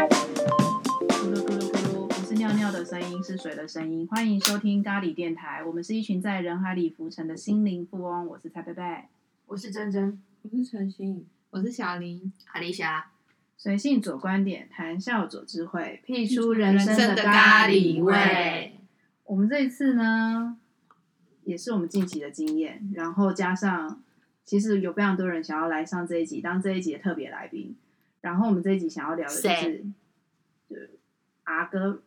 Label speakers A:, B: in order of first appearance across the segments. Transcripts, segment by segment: A: 咕噜咕噜咕噜，不是尿尿的声音，是水的声音。欢迎收听咖喱电台，我们是一群在人海里浮沉的心灵富翁。我是蔡贝贝。
B: 我是珍珍，
C: 我是陈欣，我是小林。
B: 阿丽霞，
A: 随性左观点，谈笑左智慧，辟出
C: 人
A: 人生
C: 生
A: 的
C: 的
A: 咖
C: 咖
A: 喱
C: 喱
A: 味
C: 味。
A: 我们这一次呢，也是我们近期的经验，然后加上其实有非常多人想要来上这一集，当这一集的特别来宾。然后我们这一集想要聊的就是
B: 谁，
A: 就是阿哥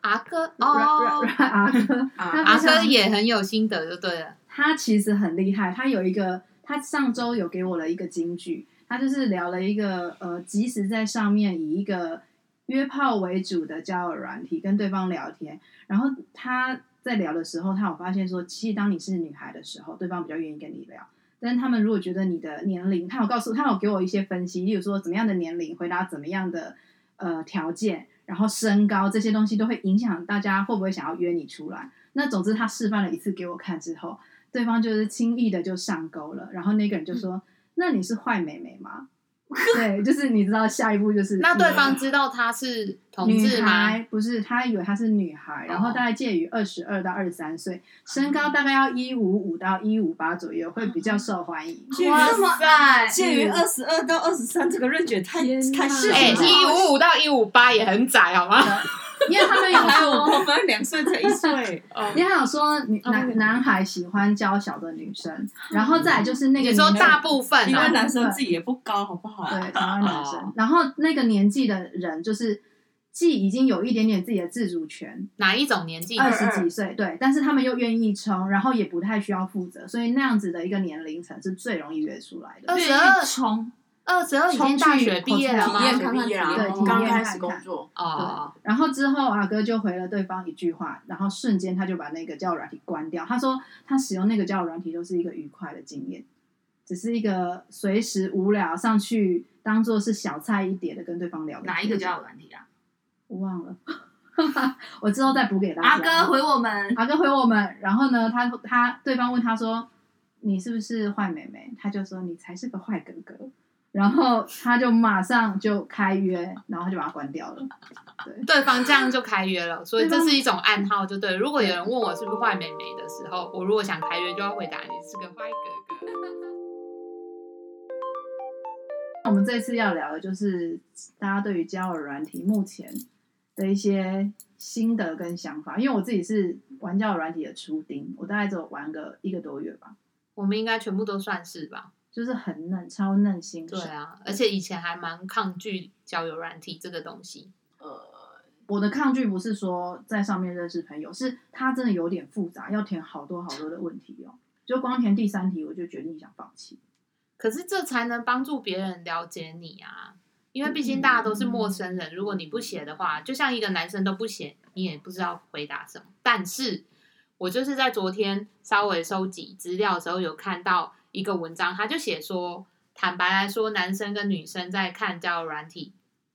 C: 阿哥
A: 阿
C: 哦，
A: 阿哥，
B: 啊，
A: 他
C: 阿
A: 不是
C: 哥也很有心得，就对了。
A: 他其实很厉害，他有一个，他上周有给我了一个金句，他就是聊了一个呃，即使在上面以一个约炮为主的交友软体跟对方聊天，然后他在聊的时候，他有发现说，其实当你是女孩的时候，对方比较愿意跟你聊。但是他们如果觉得你的年龄，他有告诉他有给我一些分析，例如说怎么样的年龄回答怎么样的呃条件，然后身高这些东西都会影响大家会不会想要约你出来。那总之他示范了一次给我看之后，对方就是轻易的就上钩了，然后那个人就
C: 嗯
A: 说：“那你是坏妹妹吗？”对，就是你知道下一步就是
C: 那对方知道他是同
A: 女
C: 志吗？
A: 孩不是，他以为她是女孩，然后
C: 哦啊
A: 大概介于二十二到二十三岁，身高大概要一五五到一五八左右，会比较受欢迎。
D: 介于
B: 这么 矮，
D: 介
A: 嗯
D: 于二十二到二十三这个认觉太
C: 天哪
D: 太适
C: 哎，
D: 合
C: 一五五到一五八也很窄，好吗？
A: 因为他们有 说，
D: 我们两岁才一 岁，
A: 因为他有说女
C: 哦
A: 男男孩喜欢娇小的女生，然后再来就是那个
C: 啊你说
A: 年
C: 大部分
D: 因为
C: 哦，
D: 男生自己也不高，好不好？
A: 对，台湾男生，然后那个年纪的人就是既已经有一点点自己的自主权，
C: 哪一种年纪？
A: 二十几岁，对，但是他们又愿意冲，然后也不太需要负责，所以那样子的一个年龄层是最容易约出来的。
C: 二十
B: 愿
C: 二
B: 意冲，
C: 二十二已经大学毕业了
A: 冲
C: 吗
A: 去
B: 体验
A: 体
B: 看看，体验
D: 啊
A: 对体验
B: 刚
A: 看
B: 开
A: 看
B: 始工作，
C: 哦，
A: 然后之后阿哥就回了对方一句话，然后瞬间他就把那个交友软体关掉。他说他使用那个交友软体都是一个愉快的经验，只是一个随时无聊上去当做是小菜一碟的跟对方聊。
B: 哪一个交友？软体啊？
A: 我忘了，我之后再补给大家。
B: 阿哥回我们，
A: 阿哥回我们，然后呢，他他对方问他说：“你是不是坏妹妹？”他就说：“你才是个坏哥哥。”然后他就马上就开约，然后就把他关掉了。
C: 对方这样就开约了，所以
A: 对
C: 这
A: 方
C: 是一种暗号，就对。如果有人问我是不是坏妹妹的时候，我如果想开约，就要回答你是个坏哥哥。
A: 那我们这次要聊的就是大家对于交友软体目前的一些心得跟想法，因为我自己是玩交友软体的初丁，我大概只有玩个一个多月吧，
C: 我们应该全部都算是吧？
A: 就是很嫩，超嫩新手。
C: 对啊，而且以前还蛮抗拒交友软体这个东西。
B: 呃，
A: 我的抗拒不是说在上面认识朋友，是它真的有点复杂，要填好多好多的问题哦。就光填第三题，我就决定想放弃。
C: 可是这才能帮助别人了解你啊，因为毕竟大家都是陌生人，如果你不写的话，就像一个男生都不写，你也不知道回答什么。但是我就是在昨天稍微收集资料的时候，有看到一个文章，他就写说，坦白来说，男生跟女生在看交友软体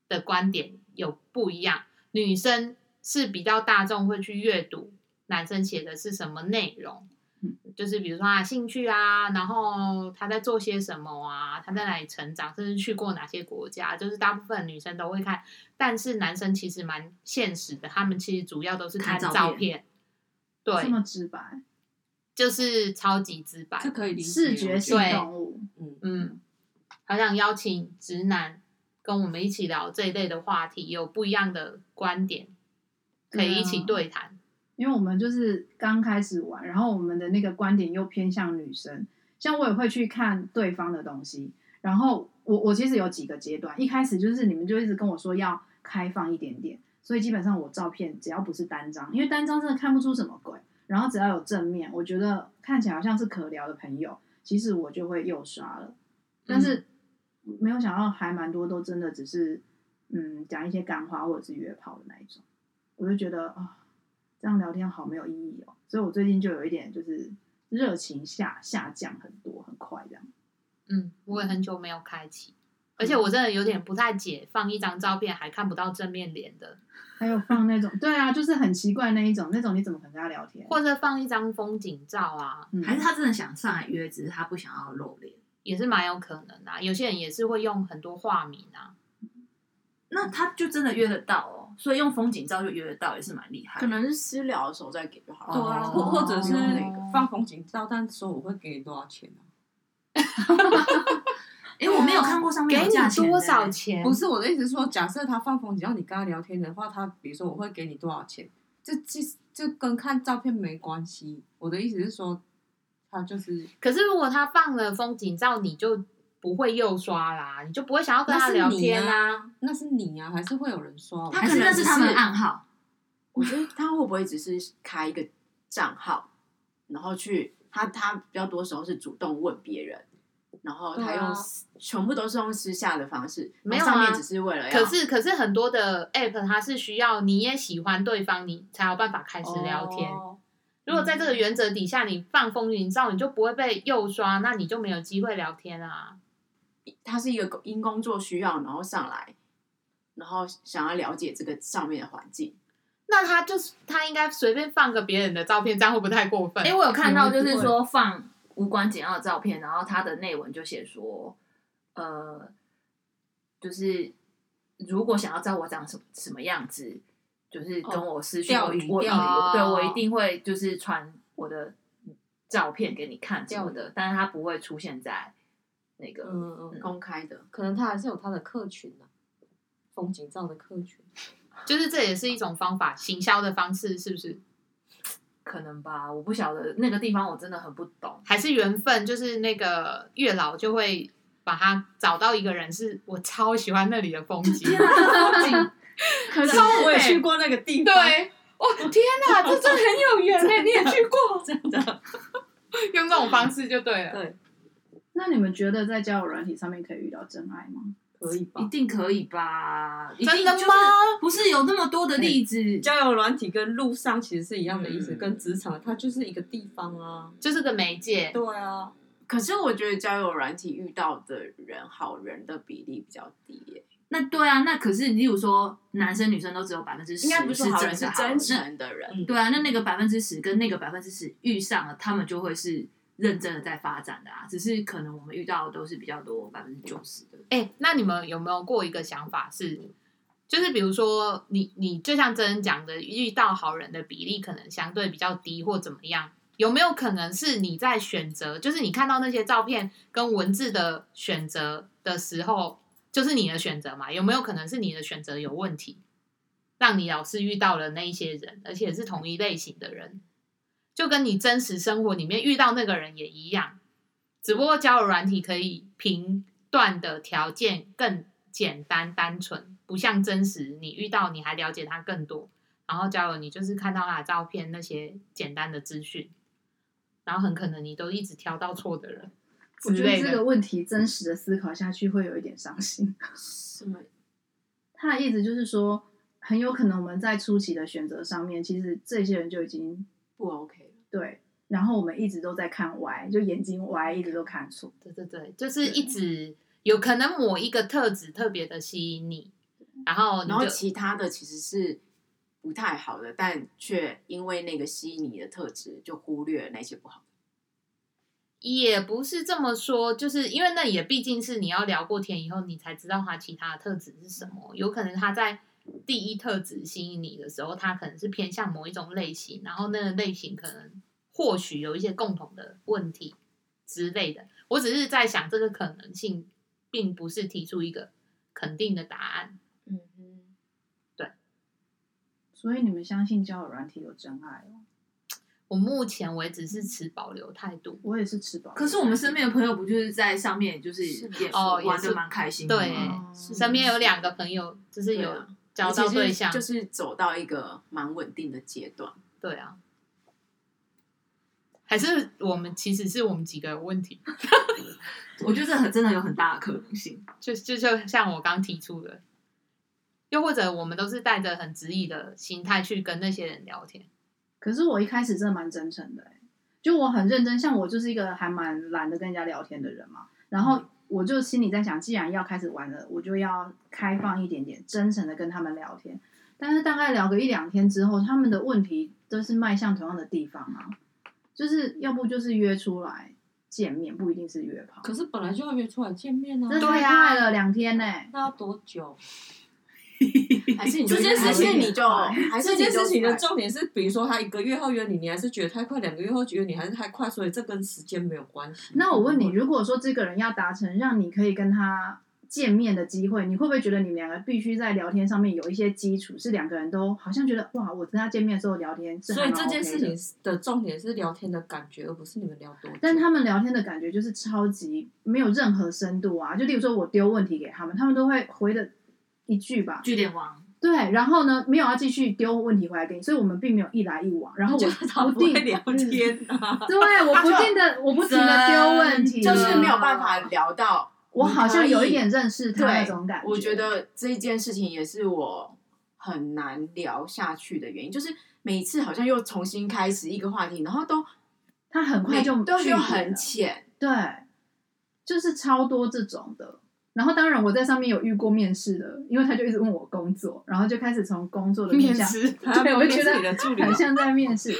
C: 的观点有不一样，女生是比较大众会去阅读男生写的是什么内容。就是比如说啊，兴趣啊，然后他在做些什么啊，他在哪里成长，甚至去过哪些国家，就是大部分女生都会看。但是男生其实蛮现实的，他们其实主要都是
B: 看
C: 照
B: 照
C: 片
A: 这
C: 对，
A: 么直白，
C: 就是超级直白
D: 这。可以理
A: 视
D: 解。
A: 觉性
C: 对
A: 动物。
D: 嗯，
C: 嗯，好想邀请直男跟我们一起聊这一类的话题，有不一样的观点，可以一起对啊谈。
A: 因为我们就是刚开始玩，然后我们的那个观点又偏向女生，像我也会去看对方的东西，然后我我其实有几个阶段，一开始就是你们就一直跟我说要开放一点点，所以基本上我照片只要不是单张，因为单张真的看不出什么鬼，然后只要有正面，我觉得看起来好像是可聊的朋友，其实我就会又刷了，但是没有想到还蛮多都真的只是嗯讲一些干话或者是约炮的那一种。我就觉得啊、这样聊天好没有意义哦，所以我最近就有一点就是热情下下降很多，很快这样。
C: 嗯，我也很久没有开启，而且我
D: 嗯
C: 真的有点不太解，放一张照片还看不到正面脸的。
A: 还有放那种，对啊，就是很奇怪那一种，那种你怎么可能跟他聊天？
C: 或者放一张风景照啊，
A: 嗯
B: 还是他真的想上来约，只是他不想要露脸，
C: 也是蛮有可能啊。有些人也是会用很多化名啊，
E: 那他就真的约得到哦，所以用风景照就约得到，也是蛮厉害
F: 可
E: 的。
F: 能是私聊的时候再给就好了。
D: 对啊，
E: 哦
D: 或或者是
C: 那
A: 哦
C: 个
D: 放风景照，但说我会给你多少钱啊？
E: 哎，我没有看过上
C: 给
E: 面有价
C: 你
E: 钱
C: 多
E: 的
C: 少钱？
D: 不是我的意思是说，假设他放风景照，你跟他聊天的话，他比如说我会给你多少钱，这这这跟看照片没关系。我的意思是说，他就是
C: 可是如果他放了风景照，你就不会又刷啦，你就不会想要跟
D: 那
C: 他
D: 是
C: 聊
D: 你
C: 天
D: 啊
C: 啊。
D: 那是你啊，还是会有人刷我？
F: 他
E: 还
F: 可
E: 是
F: 能
E: 那是
F: 只
E: 他们的
F: 是
E: 暗号？
F: 我觉得他会不会只是开一个账号，然后去他他比较多时候是主动问别人，然后他
D: 对啊
F: 用私、全部都是用私下的方式，
C: 没有
F: 然后上
C: 啊
F: 面只是为了要
C: 可是可是很多的 app 它是需要你也喜欢对方，你才有办法开始聊天。啊
D: 哦
C: 如果在这个原则底下，你放风云照，你就不会被诱刷，那你就没有机会聊天啊。
F: 他是一个工因工作需要，然后上来，然后想要了解这个上面的环境，
C: 那他就是他应该随便放个别人的照片，这样会不会太过分？
E: 哎、我有看到，就是说放无关紧要的照片，然后它的内文就写说，呃，就是如果想要知道我长什么什么样子，就是跟我私讯、
D: 钓
E: 我
D: 鱼
E: 我
D: 钓
C: 鱼
E: 对我一定会就是传我的照片给你看什么的，但是它不会出现在那个。
D: 嗯嗯，嗯
F: 公开的。
D: 可能他还是有他的客群啊，风景照的客群。
C: 就是这也是一种方法，行销的方式是不是？
E: 可能吧，我不晓得那个地方我真的很不懂。
C: 还是缘分？就是那个月老就会把他找到一个人，是我超喜欢那里的风景。
E: 风景
F: 可是
D: 我也去过那个地方，
C: 对，哇，天哪，这真的很有缘欸嘞！你也去过，
D: 真的，
C: 用这种方式就对了。
D: 对，
A: 那你们觉得在交友软体上面可以遇到真爱吗？
D: 可以吧
E: 一？定可以吧？一定
C: 真的
E: 就是
C: 吗？
E: 不是有那么多的例子，
D: 交友软体跟路上其实是一样的意思，
E: 嗯
D: 跟职场它就是一个地方啊。
C: 就是个媒介，
D: 对啊，
F: 可是我觉得交友软体遇到的人，好人的比例比较低耶、
E: 那对啊，那可是例如说男生女生都只有百分之十，
F: 应该不是
E: 是
F: 好人，
E: 真
F: 是
E: 的好
F: 真
E: 人。
F: 诚的人。
E: 那对啊，那那个百分之十跟那个百分之十遇上了，他们就会是认真的在发展的啊。只是可能我们遇到的都是比较多百分之九十的。
C: 哎、那你们有没有过一个想法是，就是比如说你你就像真人讲的，遇到好人的比例可能相对比较低或怎么样？有没有可能是你在选择，就是你看到那些照片跟文字的选择的时候，就是你的选择嘛？有没有可能是你的选择有问题，让你老是遇到了那一些人，而且是同一类型的人，就跟你真实生活里面遇到那个人也一样，只不过交友软体可以评断的条件更简单单纯，不像真实你遇到你还了解他更多，然后交友你就是看到他的照片那些简单的资讯，然后很可能你都一直挑到错的人
A: 我
C: 之
A: 觉得
C: 类
A: 这个
C: 的。
A: 问题真实的思考下去会有一点伤心。
F: 什么？
A: 他的意思就是说，很有可能我们在初期的选择上面，其实这些人就已经
F: 不 OK 了。
A: 对，然后我们一直都在看歪，就眼睛歪，一直都看错。
C: 对对对，就是一直有可能某一个特质特别的吸引你，然
A: 哦
C: 后你
F: 然后
C: 就
F: 其他的其实是不太好的，但却因为那个吸引你的特质，就忽略了那些不好。
C: 也不是这么说，就是因为那也毕竟是你要聊过天以后，你才知道他其他的特质是什么。有可能他在第一特质吸引你的时候，他可能是偏向某一种类型，然后那个类型可能或许有一些共同的问题之类的。我只是在想这个可能性，并不是提出一个肯定的答案。
E: 嗯哼，
A: 所以你们相信交友软体有真爱哦？
C: 我目前为止是持保留态度。
F: 嗯
A: 我也是吃饱了。
E: 可是我们身边的朋友不就是在上面就是
F: 是吗
E: 也
C: 哦也
E: 玩
C: 是
E: 的蛮开心的
C: 对
E: 吗，
F: 哦是
C: 身边有两个朋友，就是
F: 对
C: 有
F: 啊
C: 找到对象，
F: 而且就是就是走到一个蛮稳定的阶 段。
C: 对啊，还是我们其实是我们几个有问题，
E: 我觉得这很真的有很大的可能性。
C: 就就就像我刚提出的，又或者我们都是带着很质疑的心态去跟那些人聊天，
A: 可是我一开始真的蛮真诚的、欸，就我很认真，像我就是一个还蛮懒得跟人家聊天的人嘛。然
C: 嗯
A: 后我就心里在想，既然要开始玩了，我就要开放一点点，真诚的跟他们聊天。但是大概聊个一两天之后，他们的问题都是迈向同样的地方啊，就是要不就是约出来，见面，不一定是约炮。
D: 可是本来就要约出来见面啊，
A: 这
C: 对
A: 太
C: 啊
A: 快了，两天呢、
D: 那要多久？
F: 还是你
D: 这件事情哦
F: 你就还是
D: 这
F: 你就
D: 件事情的重点是，比如说他一个月后约你，你还是觉得太快；两个月后约你还是太快，所以这跟时间没有关系。
A: 那我问你，如果说这个人要达成让你可以跟他见面的机会，你会不会觉得你们两个必须在聊天上面有一些基础，是两个人都好像觉得哇，我跟他见面的时候聊天是
D: 所
A: 还
D: 以
A: 蛮 OK
D: 这
A: 的，
D: 件事情的重点是聊天的感觉，而不是你们聊多久。
A: 但他们聊天的感觉就是超级没有任何深度啊！就例如说，我丢问题给他们，他们都会回的一句吧，
B: 据点王，
A: 对，然后呢，没有要继续丢问题回来给你，所以我们并没有一来一往。然后
D: 就是他
A: 我
D: 不
A: 不
D: 会
A: 定嗯
D: 聊天 啊。
A: 对我不定的，我不停的丢问题，
F: 就是没有办法聊到。
A: 啊我好像有一
F: 你可以
A: 点认识他那种感
F: 我觉得这一件事情也是我很难聊下去的原因，就是每次好像又重新开始一个话题，然后都
A: 他很快就
F: 都
A: 去
F: 又
A: 了
F: 很浅，
A: 对，就是超多这种的。然后当然我在上面有遇过面试的，因为他就一直问我工作，然后就开始从工作的面向
B: 试
A: 对，我就觉
D: 面试
A: 得
D: 你的助 理
A: 很像在面试。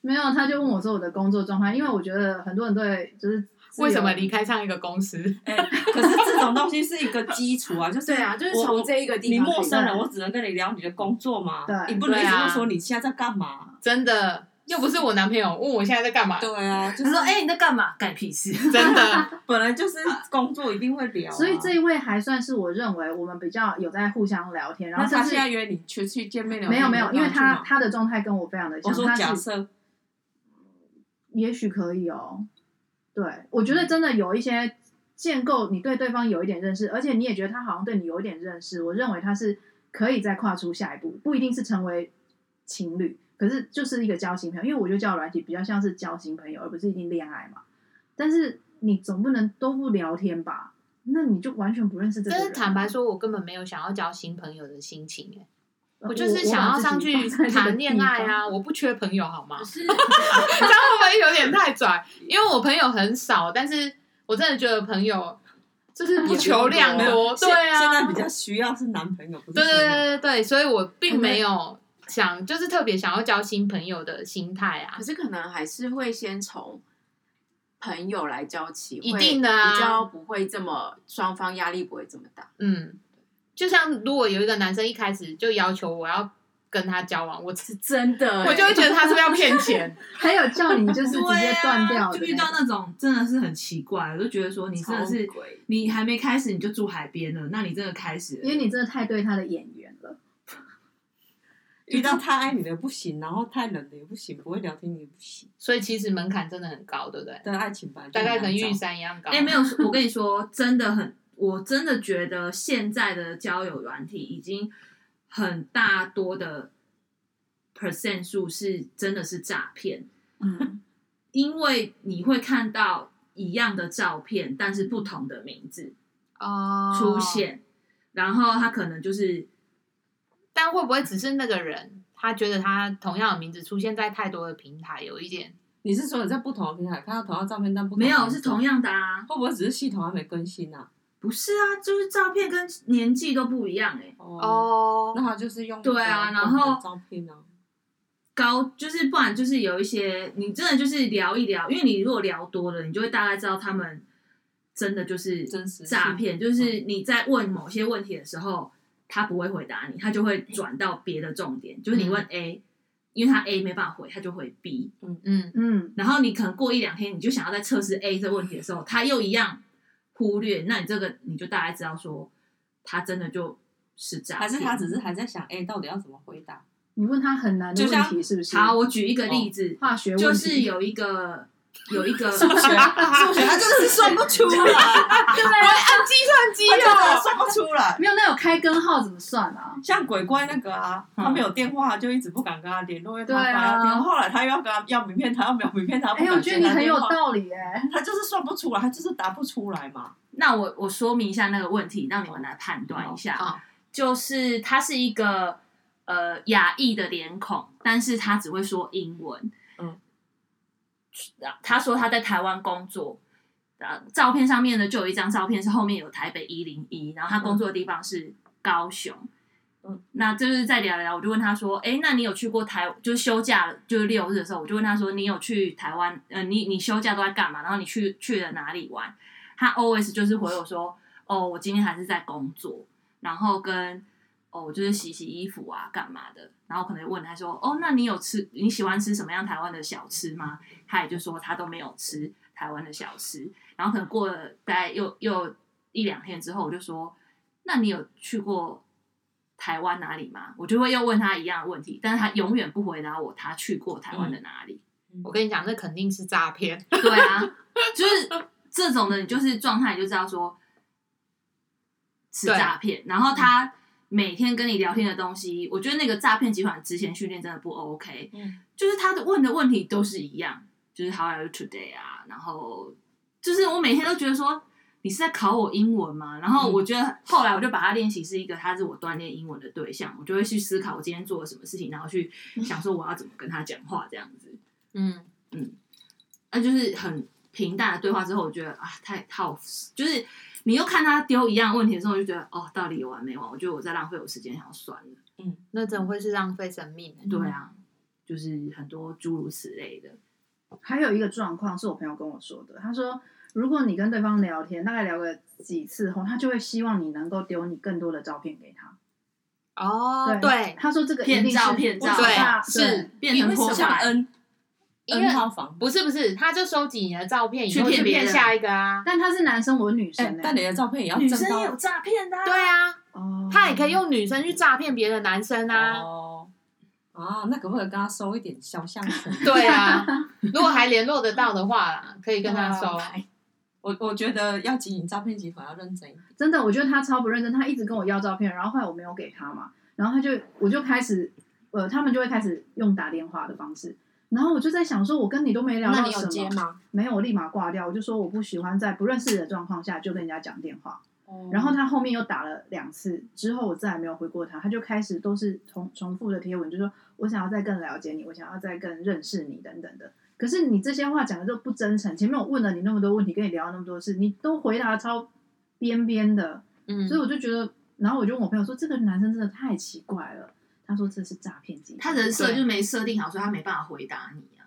A: 没有，他就问我说我的工作状况，因为我觉得很多人对就是自由
C: 为什么离开上一个公司？
D: 哎可是这种东西是一个基础啊，就是
F: 对啊，就是
D: 我
F: 从这一个地
D: 你
F: 方
D: 陌
F: 开始
D: 生人，我只能跟你聊你的工作嘛，
A: 对
D: 你不能一直
C: 对啊
D: 问说你现在在干嘛。
C: 真的，又不是我男朋友问我现在在 干嘛，
D: 对啊，就
B: 他
D: 是
E: 嗯
B: 说：“哎、你在干嘛？干你屁事！
C: 真的，
D: 本来就是工作一定会聊啊，
A: 所以这一位还算是我认为我们比较有在互相聊天，然
D: 那
A: 后
D: 他
A: 是
D: 现在约你去去见面聊
A: 没
D: 天，
A: 有
D: 你
A: 没有，
D: 要
A: 因为
D: 去哪
A: 他他的状态跟我非常的像，
D: 我说
A: 他
D: 假
A: 是
D: 设
A: 也许可以哦。对，我觉得真的有一些建构，你对对方有一点认识，而且你也觉得他好像对你有一点认识，我认为他是可以再跨出下一步，不一定是成为情侣，可是就是一个交心朋友，因为我觉得交友软体比较像是交心朋友，而不是一定恋爱嘛。但是你总不能都不聊天吧？那你就完全不认识这个
C: 但
A: 人。
C: 是坦白，说，我根本没有想要交新朋友的心情哎、
A: 呃我
C: 我就是想要上去谈恋爱。啊，我不缺朋友好吗？ 这样会不会有点太拽？因为我朋友很少，但是我真的觉得朋友就是不求量
F: 也
C: 多，
D: 现
C: 对啊，
D: 现在比较需要是男朋友，不是
C: 对对
D: 朋友
C: 对对对，所以我并没有想就是特别想要交新朋友的心态啊
F: 可，是可能还是会先从朋友来交起，
C: 一
F: 会
C: 定的啊
F: 比较不会这么双方压力不会这么大。
C: 嗯，就像如果有一个男生一开始就要求我要跟他交往，我
F: 是真的欸，
C: 我就会觉得他是不是要骗钱？
A: 还有叫你就是直 接断
C: 啊
A: 掉的
E: 啊就
A: 那
E: 遇
A: 种、
E: 到那种真的是很奇怪，我就觉得说你真的是
F: 超鬼，
E: 你还没开始你就住海边了，那你真的开始了，
A: 因为你真的太对他的眼缘了。
D: 遇到太爱你的不行，然后太冷的也不行，不会聊天的也不行，
C: 所以其实门槛真的很高，对不对？
D: 对爱情吧，
C: 大概跟玉山一样高。
E: 哎、没有，我跟你说，真的很，我真的觉得现在的交友软体已经很大多的 percent 数是真的是诈骗，
F: 嗯，
E: 因为你会看到一样的照片，但是不同的名字
C: 哦
E: 出，现，然后他可能就是
C: 但会不会只是那个人他觉得他同样的名字出现在太多的平台，有一点
D: 你是说你在不同的平台看到同样照片，但不
E: 没有是同
D: 样，
E: 样的啊，
D: 会不会只是系统还没更新啊？
E: 不是啊，就是照片跟年纪都不一样哎、
D: 哦，
C: 哦
D: 那，他就是用
E: 对啊
D: 不同的
E: 然后
D: 照片啊，
E: 高，就是不然就是有一些你真的就是聊一聊，因为你如果聊多了，你就会大概知道他们真的就是
D: 真实性嗯
E: 诈骗，就是你在问某些问题的时候，他不会回答你，他就会转到别的重点，就是你问
D: 嗯
E: A，、因为他 A 没办法回，他就回 B，
C: 嗯，
A: 嗯，
E: 然后你可能过一两天，你就想要再测试 A 这个问题的时候，他又一样忽略，那你这个你就大概知道说他真的就是诈
D: 还
E: 骗，
D: 是他只是还在想，哎，到底要怎么回答？
A: 你问他很难的
E: 就
A: 问
E: 像
A: 题是不是？
E: 好，我举一个例子，
A: 化哦学问题
E: 就是 有一个有一个
D: 数学，数学他就是算不出来，
C: 机
D: 他真的算不出来。
A: 哦没有那有开根号怎么算啊？
D: 像鬼怪那个啊，他没有电话，就一直不敢跟他联络，因为他
A: 嗯对啊
D: 烦他电话。后来他又要跟他要名片，他要没有名片，他不
A: 哎、我
D: 敢
A: 觉
D: 接
A: 得你
D: 他
A: 很
D: 电
A: 有
D: 话。
A: 道理哎、
D: 他就是算不出来，他就是答不出来嘛。
E: 那我我说明一下那个问题，让你们来判断一下。
C: 好好
E: 就是它是一个呃亚裔的脸孔，但是他只会说英文。啊
D: 嗯，
E: 他说他在台湾工作。呃，照片上面呢，就有一张照片是后面有台北一零一，然后他工作的地方是高雄。
D: 嗯，
E: 那就是再聊聊，我就问他说：“哎，那你有去过台？就是休假，就是六日的时候，我就问他说，你有去台湾？呃，你你休假都在干嘛？然后你去去了哪里玩？”他 always 就是回我说：“哦，我今天还是在工作，然后跟哦，我就是洗洗衣服啊，干嘛的。”然后可能问他说：“哦，那你有吃？你喜欢吃什么样台湾的小吃吗？”他也就说他都没有吃台湾的小吃。然后可能过了大概又又一两天之后，我就说：“那你有去过台湾哪里吗？”我就会又问他一样的问题，但是他永远不回答我他去过台湾的哪里。
C: 我跟你讲，那肯定是诈骗。
E: 对啊，就是这种的，你就是状态你就知道说是
C: 对
E: 诈骗。然后他每天跟你聊天的东西，我觉得那个诈骗集团之前训练真的不 OK，、
C: 嗯
E: 就是他的问的问题都是一样，就是 How are you today 啊，然后就是我每天都觉得说。你是在考我英文吗？然后我觉得后来我就把它练习是一个，他是我锻炼英文的对象，我就会去思考我今天做了什么事情，然后去想说我要怎么跟他讲话这样子。
C: 嗯，
E: 那啊就是很平淡的对话之后，我觉得啊，太好，就是你又看他丢一样的问题的时候，我就觉得哦，到底有完没完？我觉得我在浪费我时间，想要算了。
C: 那真的会是浪费生命、欸。
E: 对啊，就是很多诸如此类的。
A: 还有一个状况是我朋友跟我说的，他说如果你跟对方聊天，大概聊个几次后，他就会希望你能够丢你更多的照片给他。
C: 哦，对，
A: 他说这个一
E: 骗
A: 定是
E: 照骗
A: 我
E: 照
A: 只怕
C: 对是
E: 变成破
D: 像
E: 坏，
D: N
C: 因为
D: N 号房，
C: 不是不是，他就收集你的照片，以
E: 去
C: 后
E: 骗
C: 去
E: 别
C: 骗
E: 人
C: 下一个啊。
A: 但他是男生，我是女生
D: 哎
A: 欸，
D: 但你的照片也要
E: 女
D: 正
E: 生也有
D: 到
E: 诈骗的、啊，
C: 对啊，
A: 哦，
C: 他也可以用女生去诈骗别的男生啊。
D: 哦啊，那可不可以跟他收一点肖像 权？
C: 对啊，如果还联络得到的话啦，可以跟他收。
D: 我我觉得要经营诈骗集团要认真一点，
A: 真的，我觉得他超不认真，他一直跟我要照片，然后后来我没有给他嘛，然后他就我就开始，呃，他们就会开始用打电话的方式，然后我就在想说，我跟你都没聊
F: 那
A: 到
F: 你有
A: 什
F: 接
A: 么，
F: 吗？
A: 没有，我立马挂掉，我就说我不喜欢在不认识的状况下就跟人家讲电话，
F: 嗯
A: 然后他后面又打了两次，之后我再也没有回过他，他就开始都是重重复的贴文，就说我想要再更了解你，我想要再更认识你等等的。可是你这些话讲的都不真诚，前面我问了你那么多问题，跟你聊了那么多事，你都回答超边边的，
C: 嗯
A: 所以我就觉得，然后我就问我朋友说，这个男生真的太奇怪了。他说这是诈骗集
E: 他
A: 团。
E: 人设就没设定好，所以他没办法回答你啊。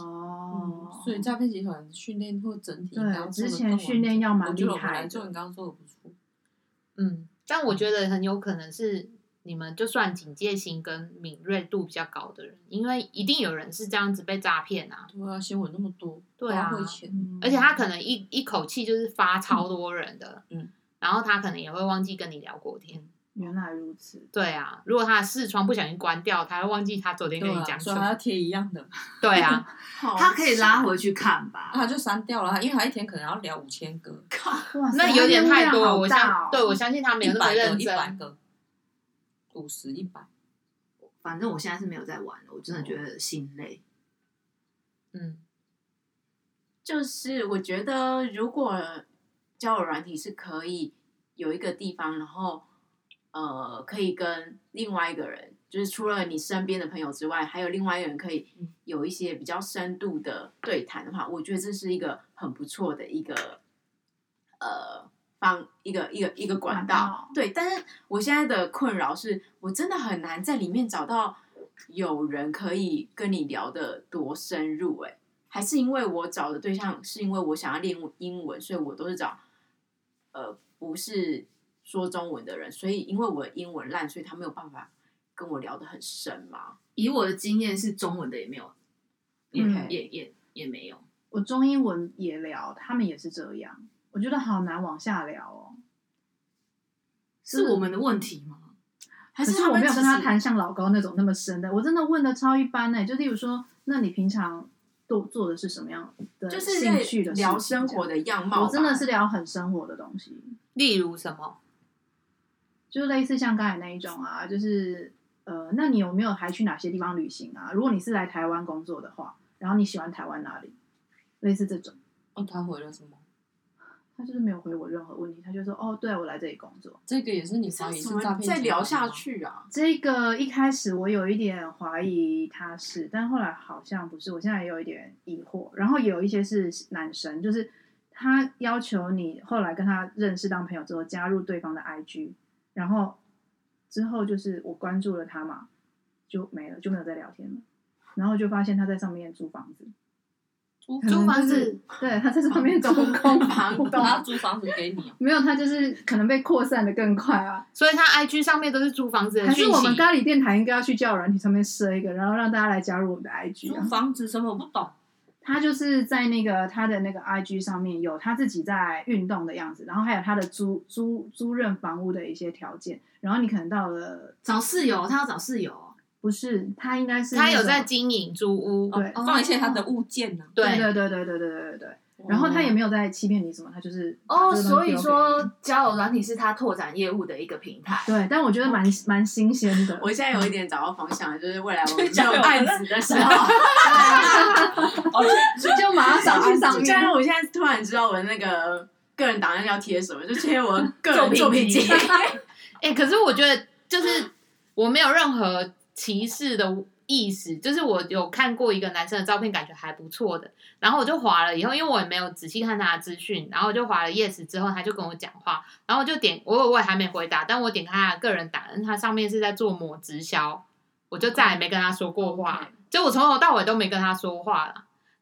A: 哦、
D: 嗯所以诈骗集团训练或整体应该要
A: 对
D: 做得
A: 之前
D: 更完
A: 训练
D: 整
A: 要蛮
D: 我觉得
A: 厉
D: 我们
A: 害
D: 来
A: 的
D: 做，你刚刚做的不错。
C: 嗯，但我觉得很有可能是你们就算警戒心跟敏锐度比较高的人，因为一定有人是这样子被诈骗啊，
D: 对啊，新闻那么多，
C: 对啊
D: 花会钱，
A: 嗯
C: 而且他可能一一口气就是发超多人的，
D: 嗯，
C: 然后他可能也会忘记跟你聊过天。
A: 原来如此，
C: 对啊，如果他的视窗不小心关掉，他会忘记他昨天跟
D: 对
C: 你
D: 啊，
C: 讲
D: 所
C: 什
D: 以还
C: 么。
D: 要贴一样的，
C: 对啊，
E: 他可以拉回去看吧
D: 啊，。他就删掉了，他因为他一天可能要聊五千个，
A: 哇塞
C: 那有点太多了。我
A: 他任务量好大
C: 相
A: 哦
C: 对我相信他没有
D: 一
C: 那么
D: 百个，
C: 认
D: 一百
C: 真。
D: 个，五十一百，
E: 反正我现在是没有在玩了，我真的觉得心累。
C: 嗯，
F: 就是我觉得，如果交友软体是可以有一个地方，然后呃，可以跟另外一个人，就是除了你身边的朋友之外，还有另外一个人可以有一些比较深度的对谈的话，我觉得这是一个很不错的一个呃方一个一个一个管
A: 管
F: 道
A: 道。
F: 对，但是我现在的困扰是我真的很难在里面找到有人可以跟你聊的多深入、欸，还是因为我找的对象是因为我想要练英文，所以我都是找呃不是说中文的人，所以因为我的英文烂，所以他没有办法跟我聊得很深嘛。
E: 以我的经验是，中文的也没有，也、
A: 嗯
E: 也也也没有。
A: 我中英文也聊，他们也是这样，我觉得好难往下聊哦。
E: 是我们的问题吗？
F: 还
A: 可
F: 是
A: 是
F: 他
A: 我
F: 们
A: 没有
F: 其
A: 跟他
F: 实
A: 谈像老高那种那么深的，我真的问的超一般欸呢、就例如说，那你平常都做的是什么样的
F: 就是
A: 兴趣
F: 在
A: 的事情
F: 聊生活的样
A: 这样，
F: 貌吧。
A: 我真的是聊很生活的东西，
C: 例如什么？
A: 就是类似像刚才那一种啊，就是呃，那你有没有还去哪些地方旅行啊？如果你是来台湾工作的话，然后你喜欢台湾哪里？类似这种，
D: 哦，他回了什么？
A: 他就是没有回我任何问题，他就说哦，对我来这里工作。
D: 这个也是你
F: 这
D: 怀疑
F: 怎
D: 是
F: 么
D: 诈骗集团
F: 再
D: 的
F: 聊下
D: 吗，
F: 去啊？
A: 这个一开始我有一点怀疑他是，但后来好像不是，我现在也有一点疑惑。然后有一些是男生，就是他要求你后来跟他认识当朋友之后，加入对方的 IG，然后之后就是我关注了他嘛，就没了，就没有再聊天了。然后就发现他在上面租房子，
C: 租
A: 可能
C: 租房
A: 就是
C: 子，
A: 对，他在上面走空房，
D: 我他租房子给你哦，
A: 没有，他就是可能被扩散的更快啊。
C: 所以他 IG 上面都是租房子的
A: 还
C: 讯
A: 是
C: 息。
A: 我们咖喱电台应该要去教软体上面设一个，然后让大家来加入我们的 IG
D: 租
A: 啊。
D: 房子什么我不懂，
A: 他就是在那个他的那个 IG 上面有他自己在运动的样子，然后还有他的租租租赁房屋的一些条件。然后你可能到了
E: 找室友，他要找室友，啊
A: 不是他应该是
C: 他
A: 那
C: 有
A: 种
C: 在经营租屋，
A: 对
E: 哦
D: 放一些他的物件啊呢。
A: 对
C: 对，
A: 对对对对对对对对。
D: 哦
A: 然后他也没有在欺骗你什么，他就是
B: 哦，
A: 把这个
B: 所
A: 东西
B: 以
A: 丢给你
B: 说交友软体是他拓展业务的一个平台。
A: 对，但我觉得蛮蛮新鲜的。
F: 我现在有一点找到方向了，就是未来我们
D: 就
F: 有案子的时候，啊
A: 哦就马上去上
F: 虽然
A: 面。
F: 我现在突然知道我的那个个人档案要贴什么，就贴我个人
B: 作
F: 作
B: 品
F: 品
B: 集
F: 集。
C: 哎、可是我觉得就是我没有任何歧视的意思，就是我有看过一个男生的照片，感觉还不错的，然后我就划了以后，因为我也没有仔细看他的资讯，然后我就划了 yes 之后，他就跟我讲话，然后我就点我我也还没回答，但我点开他的个人档案，他上面是在做某直销，我就再也没跟他说过话就我从头到尾都没跟他说话了。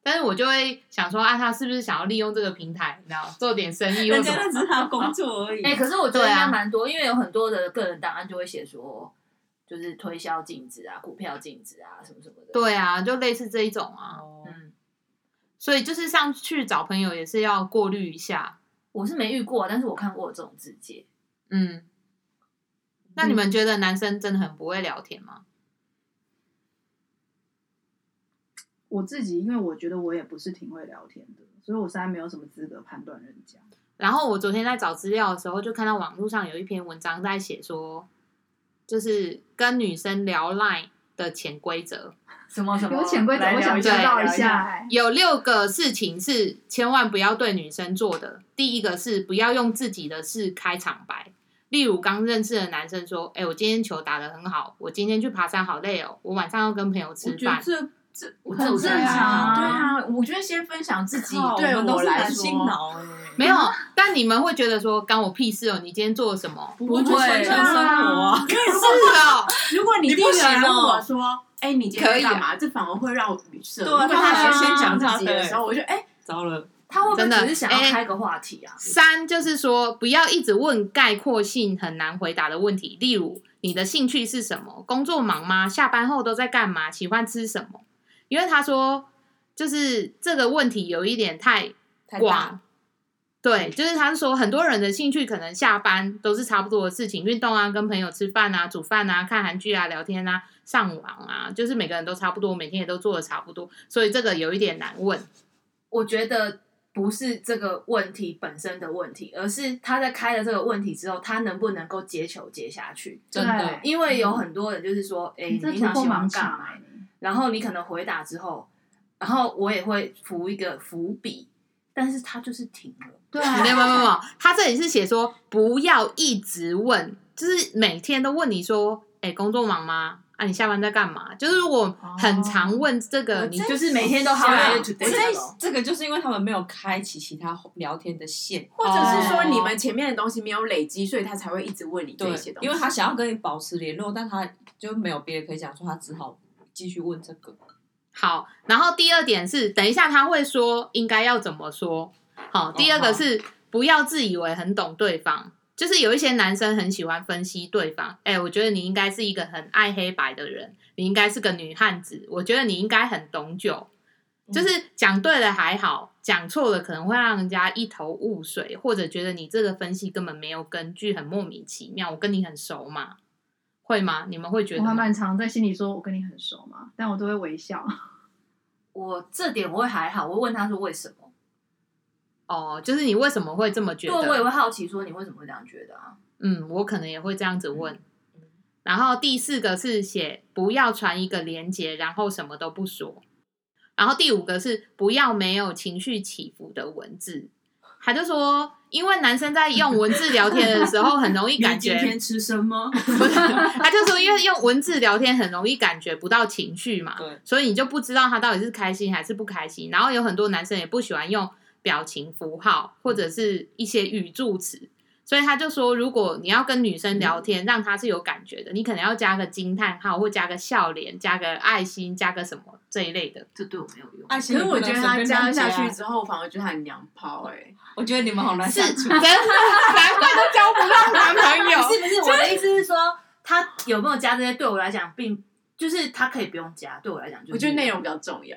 C: 但是我就会想说，啊，他是不是想要利用这个平台，你知道，做点生意或
D: 人
C: 什
D: 家
C: 么？
D: 那只是他的工作而已。
B: 哎、可是我觉得
C: 对
B: 应
C: 啊
B: 该蛮多，因为有很多的个人档案就会写说，就是推销禁止啊、股票禁止啊什么什么的。，
C: 对啊，就类似这一种啊。
B: 嗯，
C: 所以就是上去找朋友也是要过滤一下。
B: 我是没遇过，但是我看过这种字界。
C: 嗯，那你们觉得男生真的很不会聊天吗？
A: 我自己因为我觉得我也不是挺会聊天的，所以我实在没有什么资格判断人家。
C: 然后我昨天在找资料的时候，就看到网络上有一篇文章在写说，就是跟女生聊 Line 的潜规则，
B: 什么什
A: 有潜规则，我想知道一下。。哎
C: 有六个事情是千万不要对女生做的。第一个是不要用自己的事开场白，例如刚认识的男生说：“哎、我今天球打得很好，我今天去爬山好累哦，我晚上要跟朋友
D: 我
C: 吃
D: 觉得
C: 饭。”
D: 这这
B: 我
D: 很
B: 正
D: 正
B: 常
D: 常，
F: 对啊，我觉得先分享自己，
D: 靠
F: 对
D: 们都
F: 我
D: 是
F: 来
D: 男性
F: 说，
D: 脑哎，
C: 没有，但你们会觉得说干我屁事哦，你今天做了什么？
D: 不
E: 会
D: 会就纯粹生活啊。
C: 是哦，
F: 如果你
D: 你
F: 第
D: 不
F: 一个来
D: 行
F: 问
D: 哦
F: 我说，哎，你今天干嘛？这反而会让我语塞。
D: 对
F: 如果他
D: 对啊
F: 要先讲自己的时候，我就哎，
D: 糟了，
B: 他会不会
C: 真的
B: 只是想要
C: 哎
B: 开个话题啊？
C: 三就是说，不要一直问概括性很难回答的问题，例如你的兴趣是什么？工作忙吗？下班后都在干嘛？喜欢吃什么？因为他说，就是这个问题有一点太
D: 太大了
C: 广。对，就是他是说，很多人的兴趣可能下班都是差不多的事情，运动啊，跟朋友吃饭啊，煮饭啊，看韩剧啊，聊天啊，上网啊，就是每个人都差不多，每天也都做的差不多，所以这个有一点难问。
B: 我觉得不是这个问题本身的问题，而是他在开了这个问题之后，他能不能够接球接下去？
D: 真的。
B: 因为
E: 嗯
B: 有很多人就是说，哎、
A: 你
B: 你
A: 这
B: 平
A: 突
B: 常
A: 破
B: 喜欢
A: 盲
B: 干
A: 场
B: 嘛？
E: 欸
A: 哎你
B: 然后你可能回答之后，然后我也会伏一个伏笔，但是他就是停了。
A: 对
C: 没有
A: 啊，
C: 没有没有没有，他这里是写说不要一直问，就是每天都问你说，哎、工作忙吗？啊，你下班在干嘛？就是如果
A: 哦
C: 很常问这个，
D: 我
C: 你
D: 在
B: 就是每天都 how are you
D: 我在
B: today 咯
D: 啊这个就是因为他们没有开启其他聊天的线，
F: 或者是说你们前面的东西没有累积，所以他才会一直问你这
D: 对
F: 些，东西。
D: 因为他想要跟你保持联络，但他就没有别的可以讲，说他只好继续问这个。
C: 好，然后第二点是，等一下他会说应该要怎么说。好，第
B: 哦
C: 二个是不要自以为很懂对方，就是有一些男生很喜欢分析对方。哎、我觉得你应该是一个很爱黑白的人，你应该是个女汉子，我觉得你应该很懂酒。
B: 嗯
C: 就是讲对了还好，讲错了可能会让人家一头雾水，或者觉得你这个分析根本没有根据，很莫名其妙。我跟你很熟嘛，会吗？你们会觉得
A: 我还
C: 吗？
A: 蛮常在心里说我跟你很熟嘛，但我都会微笑。
B: 我这点我会还好，我会问他说为什么？
C: 哦，就是你为什么会这么觉
B: 对，
C: 得？
B: 我也会好奇说你为什么会这样觉得啊？
C: 嗯，我可能也会这样子问。
E: 嗯
C: 然后第四个是写不要传一个连接，然后什么都不说。然后第五个是不要没有情绪起伏的文字。他就说，因为男生在用文字聊天的时候，很容易感觉
E: 你今天吃什么？
C: 不是，他就说，因为用文字聊天很容易感觉不到情绪嘛
D: 对，
C: 所以你就不知道他到底是开心还是不开心。然后有很多男生也不喜欢用表情符号或者是一些语助词，所以他就说，如果你要跟女生聊天，让她是有感觉的，你可能要加个惊叹号，或加个笑脸，加个爱心，加个什么这一类的。
E: 这对我没有用。
D: 爱
F: 可
D: 心也
F: 是
D: 不
F: 我
D: 能
F: 觉得
D: 随
F: 他
D: 便
F: 加
D: 乱
F: 下
D: 加嗯
F: 去，之后，我反而觉得他很娘炮哎、
D: 我觉得你们好难相
C: 真。
D: 处
C: 的， 难怪都交不到男朋友
E: 不。是不是，我的意思是说，他有没有加这些，对我来讲并就是他可以不用加，对我来讲就是
F: 我觉得内容比较重要。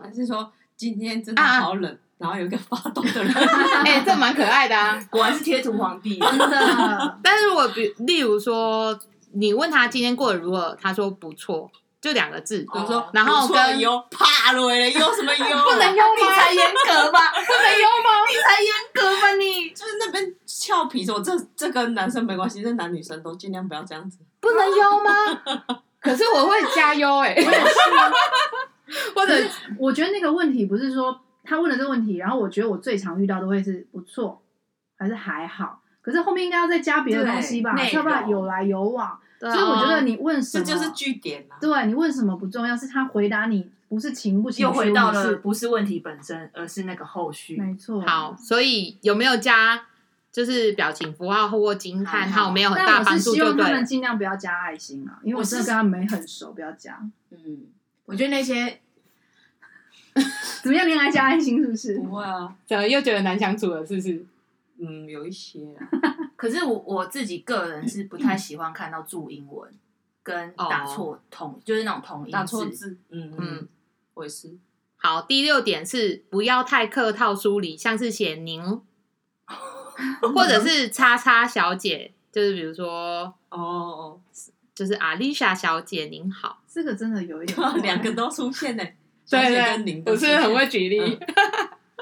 D: 还啊是说今天真的
C: 啊
D: 好冷，然后有一个发抖的人，
C: 哎、这蛮可爱的啊。
E: 果然是贴图皇帝。啊
A: 真 的，
C: 但是我比例如说，你问他今天过得如何，他说不错，就两个字。
F: 哦
C: 然后
D: 不错
C: 跟
D: 哟，怕了嘞，有什么有？
E: 不能用你
C: 啊
E: 才严格吧？不能用吗？你才严格吧你？
D: 就是那边俏皮说这这跟男生没关系，这男女生都尽量不要这样子。
C: 不能优吗？ 可是我会加优 哎、或者
A: 我觉得那个问题不是说他问了这个问题，然后我觉得我最常遇到都会是不错，还是还好，可是后面应该要再加别的东西吧，
F: 对内
A: 要不然
F: 容
A: 有来有往。
C: 所
A: 所以我觉得你问什
D: 这
A: 么，
D: 就是据点啊。
A: 对你问什么不重要，是他回答你不是情不情
E: 又
A: 绪，
E: 回到
A: 你
E: 了
A: 是
E: 不是问题本身，而是那个后续。
A: 没错。
C: 好，，所以有没有加就是表情符号或惊叹
F: 还
C: 号
F: 好
C: 没有很
A: 但
C: 大
A: 我
C: 帮
A: 是
C: 助
A: 希
C: 就
A: 望
C: 对
A: 他
C: 了
A: 们。尽量不要加爱心啊，因为我
F: 我
A: 真的
F: 是
A: 跟他们没很熟，不要加。
F: 嗯，我觉得那些
A: 怎么样，恋爱加爱心是不是？
D: 不会啊，
C: 怎么又觉得难相处了？是不是？
D: 嗯，有一些啊。
E: 可是我我自己个人是不太喜欢看到注英文跟打错同，就是那种同音
D: 打错
E: 哦字。
D: 字，嗯
C: 嗯
D: 嗯，我也是。
C: 好，第六点是不要太客套疏离，像是写 您，或者是叉叉小姐，就是比如说
D: 哦哦
C: 就是阿丽莎小姐您好，
A: 这个真的有一点
D: 哦， 两个都出现呢。 小姐跟您都出现。
C: 举
D: 嗯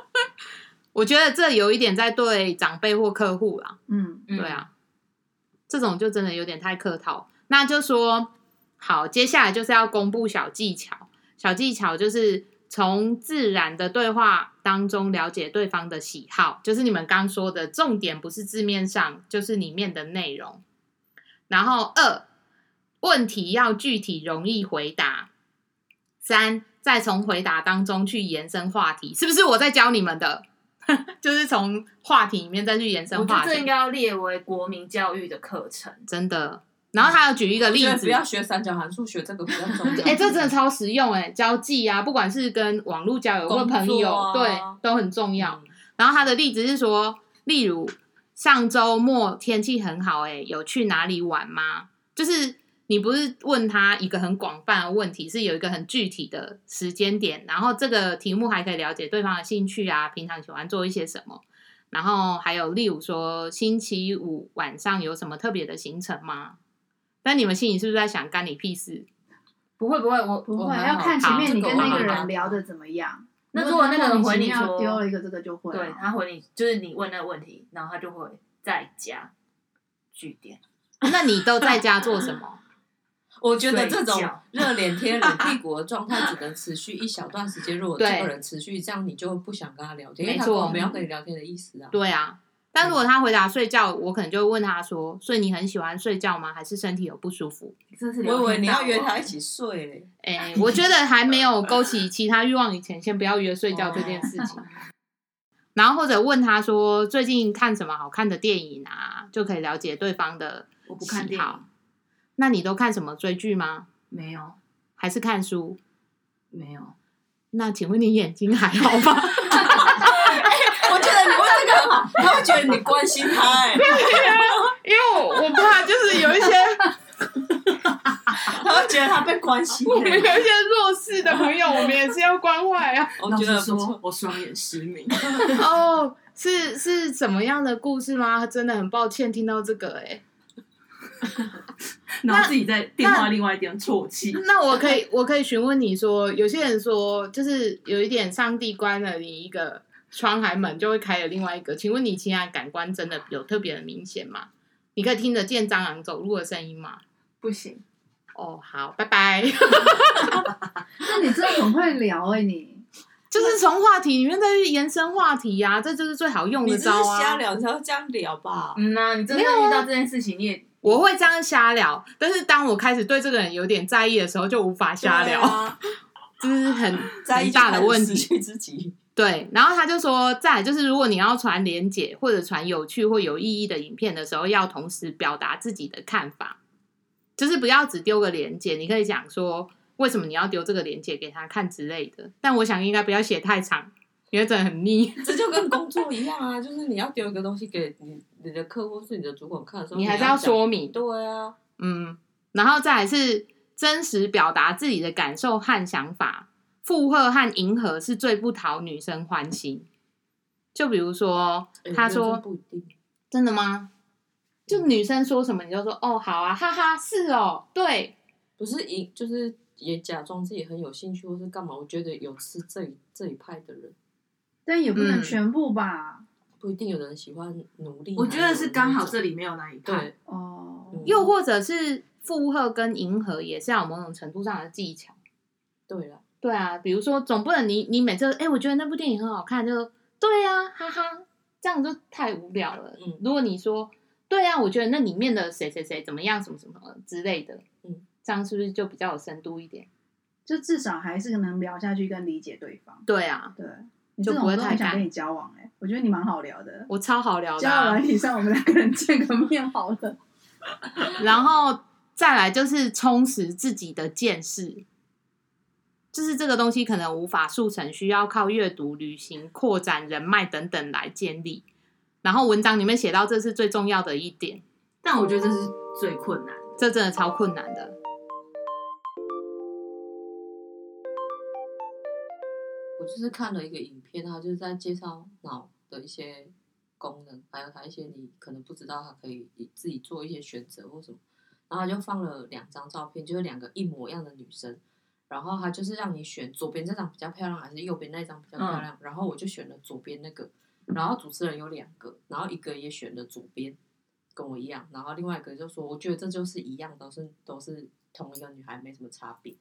C: 我觉得这有一点在对长辈或客户啦，
A: 嗯，
E: 嗯
C: 对，啊，这种就真的有点太客套。那就说好，接下来就是要公布小技巧，小技巧就是从自然的对话当中了解对方的喜好，就是你们刚说的重点不是字面上，就是里面的内容。然后二，问题要具体容易回答。三，再从回答当中去延伸话题，是不是我在教你们的？ 就是从话题里面再去延伸
E: 我觉
C: 话
E: 得
C: 题。
E: 这应该要列为国民教育的课程。
C: 真的。然后他有举一个例
D: 觉得
C: 子
D: 不，要学三角函数，学这个比较重 要。
C: 哎、这真的超实用哎、交际啊，不管是跟网络交友或
D: 工作啊
C: 朋友，对，都很重要。
D: 嗯
C: 然后他的例子是说，例如上周末天气很好哎、有去哪里玩吗？就是你不是问他一个很广泛的问题，是有一个很具体的时间点，然后这个题目还可以了解对方的兴趣啊，平常喜欢做一些什么。然后还有，例如说星期五晚上有什么特别的行程吗？但你们心里是不是在想干你屁事？
E: 不会不会，我
A: 不
E: 我
A: 会
E: 还
A: 要
E: 好
A: 看前面你跟那
E: 这
A: 个
E: 我还好
A: 人聊的怎么样。
E: 那如果那个人回你
A: 如果他莫名其妙
E: 说
A: 丢了一个这个就会啊，
E: 对他回你就是你问那个问题，然后他就会再加句点。
C: 啊那你都在家做什么？
D: 我觉得这种
E: 睡觉
D: 热脸贴冷屁股的状态只能持续一小段时 间。如果这个人持续这样，你就不想跟他聊天，因为他
C: 没
D: 根
C: 错
D: 本没有跟你聊天的意思啊。
C: 对啊，但如果他回答睡觉，我可能就会问他说：“所以你很喜欢睡觉吗？还是身体有不舒服
E: 这是
D: 我以为你要约他一起睡嘞。？”
C: 哎、我觉得还没有勾起其他欲望以前，先不要约睡觉这件事 情。然后或者问他说：“最近看什么好看的电影啊？”就可以了解对方的
E: 我不看
C: 喜
E: 电
C: 好
E: 影，。
C: 那你都看什么追剧吗？
E: 没有
C: 还是看书？
E: 没有，
C: 那请问你眼睛还好吗？
D: 我觉得你问这个很好，他会觉得你关心 他哎，
C: 因为我我怕就是有一 些
D: 他会觉得他被关心
C: 我们有一
D: 哎。
C: 些弱势的朋友，我们也是要关怀啊。
D: 我
E: 老
D: 觉得
E: 实
D: 不错
E: 说，。我双眼失 明。
C: 哦，是是怎么样的故事吗？真的很抱歉听到这个、欸，
E: 然后自己在电话另外一边啜泣。
C: 那我 可以我可以询问你说，有些人说就是有一点上帝关了你一个窗还门，就会开了另外一个。请问你其他感官真的有特别的明显吗？你可以听得见蟑螂走路的声音吗？
E: 不行，
C: 哦，好，拜拜。
A: 那你真的很会聊哎、你。
C: 就是从话题里面再去延伸话题呀、这就是最好用
D: 你
C: 的
D: 只是
C: 招啊。
D: 瞎聊，你才会这样聊吧？
E: 嗯呐、你真的遇到这件事情，你也
C: 我会这样瞎聊，但是当我开始对这个人有点在意的时候，就无法瞎聊，
D: 对啊，
C: 这是很
D: 在意
C: 很大的问
D: 就开始失
C: 题。
D: 去自己。
C: 对，然后他就说，再来就是如果你要传连结或者传有趣或有意义的影片的时候，要同时表达自己的看法，就是不要只丢个连结，你可以讲说为什么你要丢这个连结给他看之类的。但我想应该不要写太长，因为真的很腻。
D: 这就跟工作一样啊，就是你要丢一个东西给你你的客户是你的主管看的时候，
C: 你
D: 你
C: 还是
D: 要
C: 要
D: 讲
C: 说明，
D: 对啊，
C: 嗯，然后再来是真实表达自己的感受和想法，附和和迎合是最不讨女生欢心。就比如说，他
D: 我觉得
C: 说
D: 这哎不一定，
C: 哎真的吗？就女生说什么你就说哦好啊，哈哈，是哦，对，
D: 不是一就是也假装自己很有兴趣或是干嘛，我觉得有是这一这一派的人。
A: 但也不能
C: 嗯
A: 全部吧。
D: 不一定有人喜欢努力。
E: 我觉得是刚好这
D: 里
E: 里没有那一派。
D: 对，
A: 哦，
D: 嗯
C: 又或者是附和跟迎合也是要有某种程度上的技巧。
D: 对了，
C: 对啊，比如说总不能你你每次哎、我觉得那部电影很好看，就对啊，哈哈，这样就太无聊了。
D: 嗯
C: 如果你说对啊，我觉得那里面的谁谁谁怎么样，什么什么之类的，
D: 嗯，
C: 这样是不是就比较有深度一点？
A: 就至少还是能聊下去跟理解对方。
C: 对啊，
A: 对你这
C: 就
A: 种
C: 不会
A: 我都很
C: 太
A: 想
C: 干
A: 跟你交往哎、我觉得你蛮好聊的。
C: 我超好聊的
A: 交
C: 啊、
A: 友软体上我们两个人见个面好了。
C: 然后再来就是充实自己的见识，就是这个东西可能无法速成，需要靠阅读、旅行、扩展人脉等等来建立。然后文章里面写到，这是最重要的一点，
E: 但我觉得这是最困难的。
C: 这真的超困难的。
D: 我就是看了一个影片，它就是在介绍脑的一些功能，还有它一些你可能不知道，它可以自己做一些选择或什么。然后它就放了两张照片，就是两个一模一样的女生，然后它就是让你选左边这张比较漂亮，还是右边那张比较漂亮。然后我就选了左边那个，然后主持人有两个，然后一个也选了左边，跟我一样，然后另外一个就说，我觉得这就是一样，都是都是同一个女孩，没什么差别。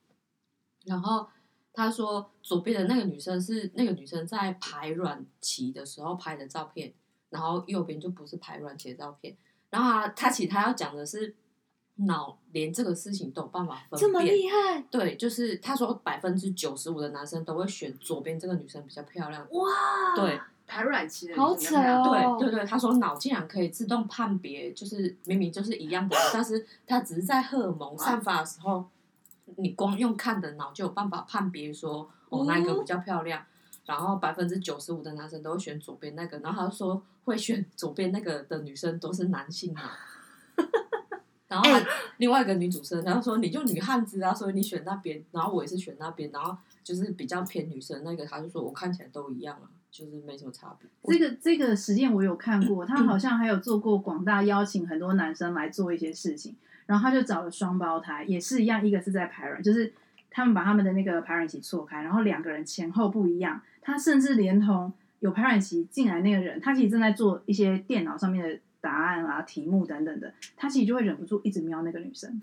D: 然后他说左边的那个女生是那个女生在排卵期的时候拍的照片，然后右边就不是排卵期的照片。然后他他其实他要讲的是脑连这个事情都有办法分辨，
C: 害
D: 对，就是他说百分之九十五的男生都会选左边这个女生比较漂亮。
B: 哇，
D: 对
F: 排卵期的
C: 好
F: 女
C: 扯
F: 生啊
C: 哦
D: 对！对对，他说脑竟然可以自动判别，就是明明就是一样的，但是它只是在荷尔蒙散发的时候，你光用看的脑就有办法判别说，哦，那一个比较漂亮。然后百分之九十五的男生都会选左边那个，然后他说会选左边那个的女生都是男性脑。然后还另外一个女主持人，她就说你就女汉子啊，所以你选那边。然后我也是选那边，然后就是比较偏女生那个，她就说我看起来都一样啊，就是没什么差别。
A: 这个这个实验我有看过，他
C: 嗯
A: 好像还有做过广大邀请很多男生来做一些事情，然后他就找了双胞胎，也是一样，一个是在排卵，就是他们把他们的那个排卵期错开，然后两个人前后不一样，他甚至连同有排卵期进来那个人，他其实正在做一些电脑上面的答案啊、题目等等的，他其实就会忍不住一直瞄那个女 生，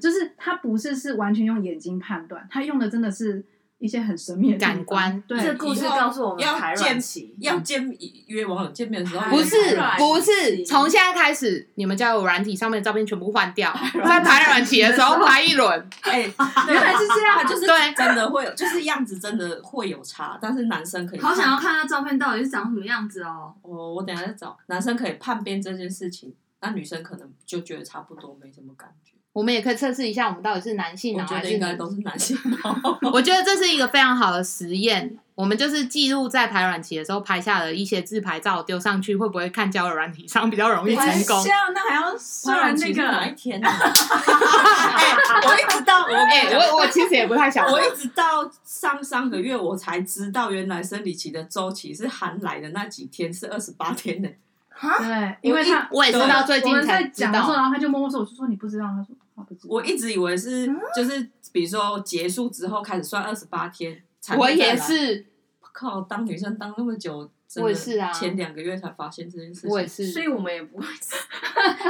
A: 就是他不是是完全用眼睛判断，他用的真的是一些很神秘的地方
C: 感官
A: 对，
B: 这故事告诉我们
D: 要
B: 排
D: 见
B: 卵期
D: 要见约网友见面的时候，
C: 不是
F: 排卵
C: 不
F: 期
C: 是，从现在开始，你们交友软体上面的照片全部换掉，在排卵期的时候拍一轮，
D: 哎，
A: 原来是这样
D: 他就是
C: 对
D: 真的会有，就是样子真的会有差，但是男生可以
E: 好想
D: 判
E: 要看他照片到底是长什么样子哦。
D: 我我等一下再找，男生可以叛变这件事情，那女生可能就觉得差不多没什么感觉，
C: 我们也可以测试一下，我们到底是男性
D: 我
C: 脑
D: 觉
C: 还
D: 得
C: 是
D: 应
C: 女
D: 该
C: 性
D: 都是男性脑。
C: 我觉得这是一个非常好的实验。我们就是记录在排卵期的时候拍下的一些自拍照，丢上去会不会看交友软体上比较容易
F: 哎
C: 成功？
F: 像啊那还要 算那
D: 排卵期是哪一
F: 个
D: 天呢？哎，我一直到我
C: 哎、我我其实也不太想，
D: 我一直到上上个月我才知道，原来生理期的周期是寒来的那几天是二十八天呢。
A: 对，因为他
C: 我也是 到最
A: 我
C: 近
A: 们
C: 才
A: 在
C: 知
A: 讲的时候，
C: 道。
A: 然后他就摸摸说，我就说你不知道，他说他不知道。
D: 我一直以为是
C: 啊
D: 就是，比如说结束之后开始算二十八天才。
C: 我也，是，
D: 靠，当女生当那么久，真的
C: 我也是啊
D: 前两个月才发现这件事情。
C: 我也
E: 嗯
C: 是。哎
F: 所以我们也不会